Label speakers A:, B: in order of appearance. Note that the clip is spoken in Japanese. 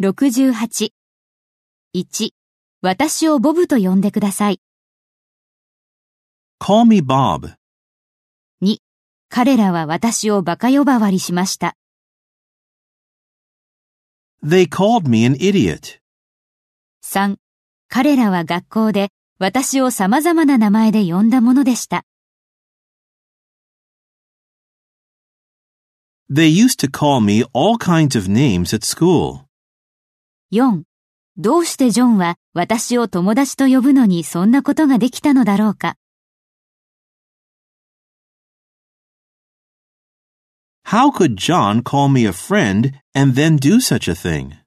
A: 68。1、私をボブと呼んでください。
B: Call me Bob.
A: 彼らは私をバカ呼ばわりしました。
B: They called me an idiot.
A: 3、彼らは学校で私を様々な名前で呼んだものでした。
B: They used to call me all kinds of names at school.
A: 4、どうしてジョンは私を友達と呼ぶのにそんなことができたのだろうか。
B: How could John call me a friend and then do such a thing?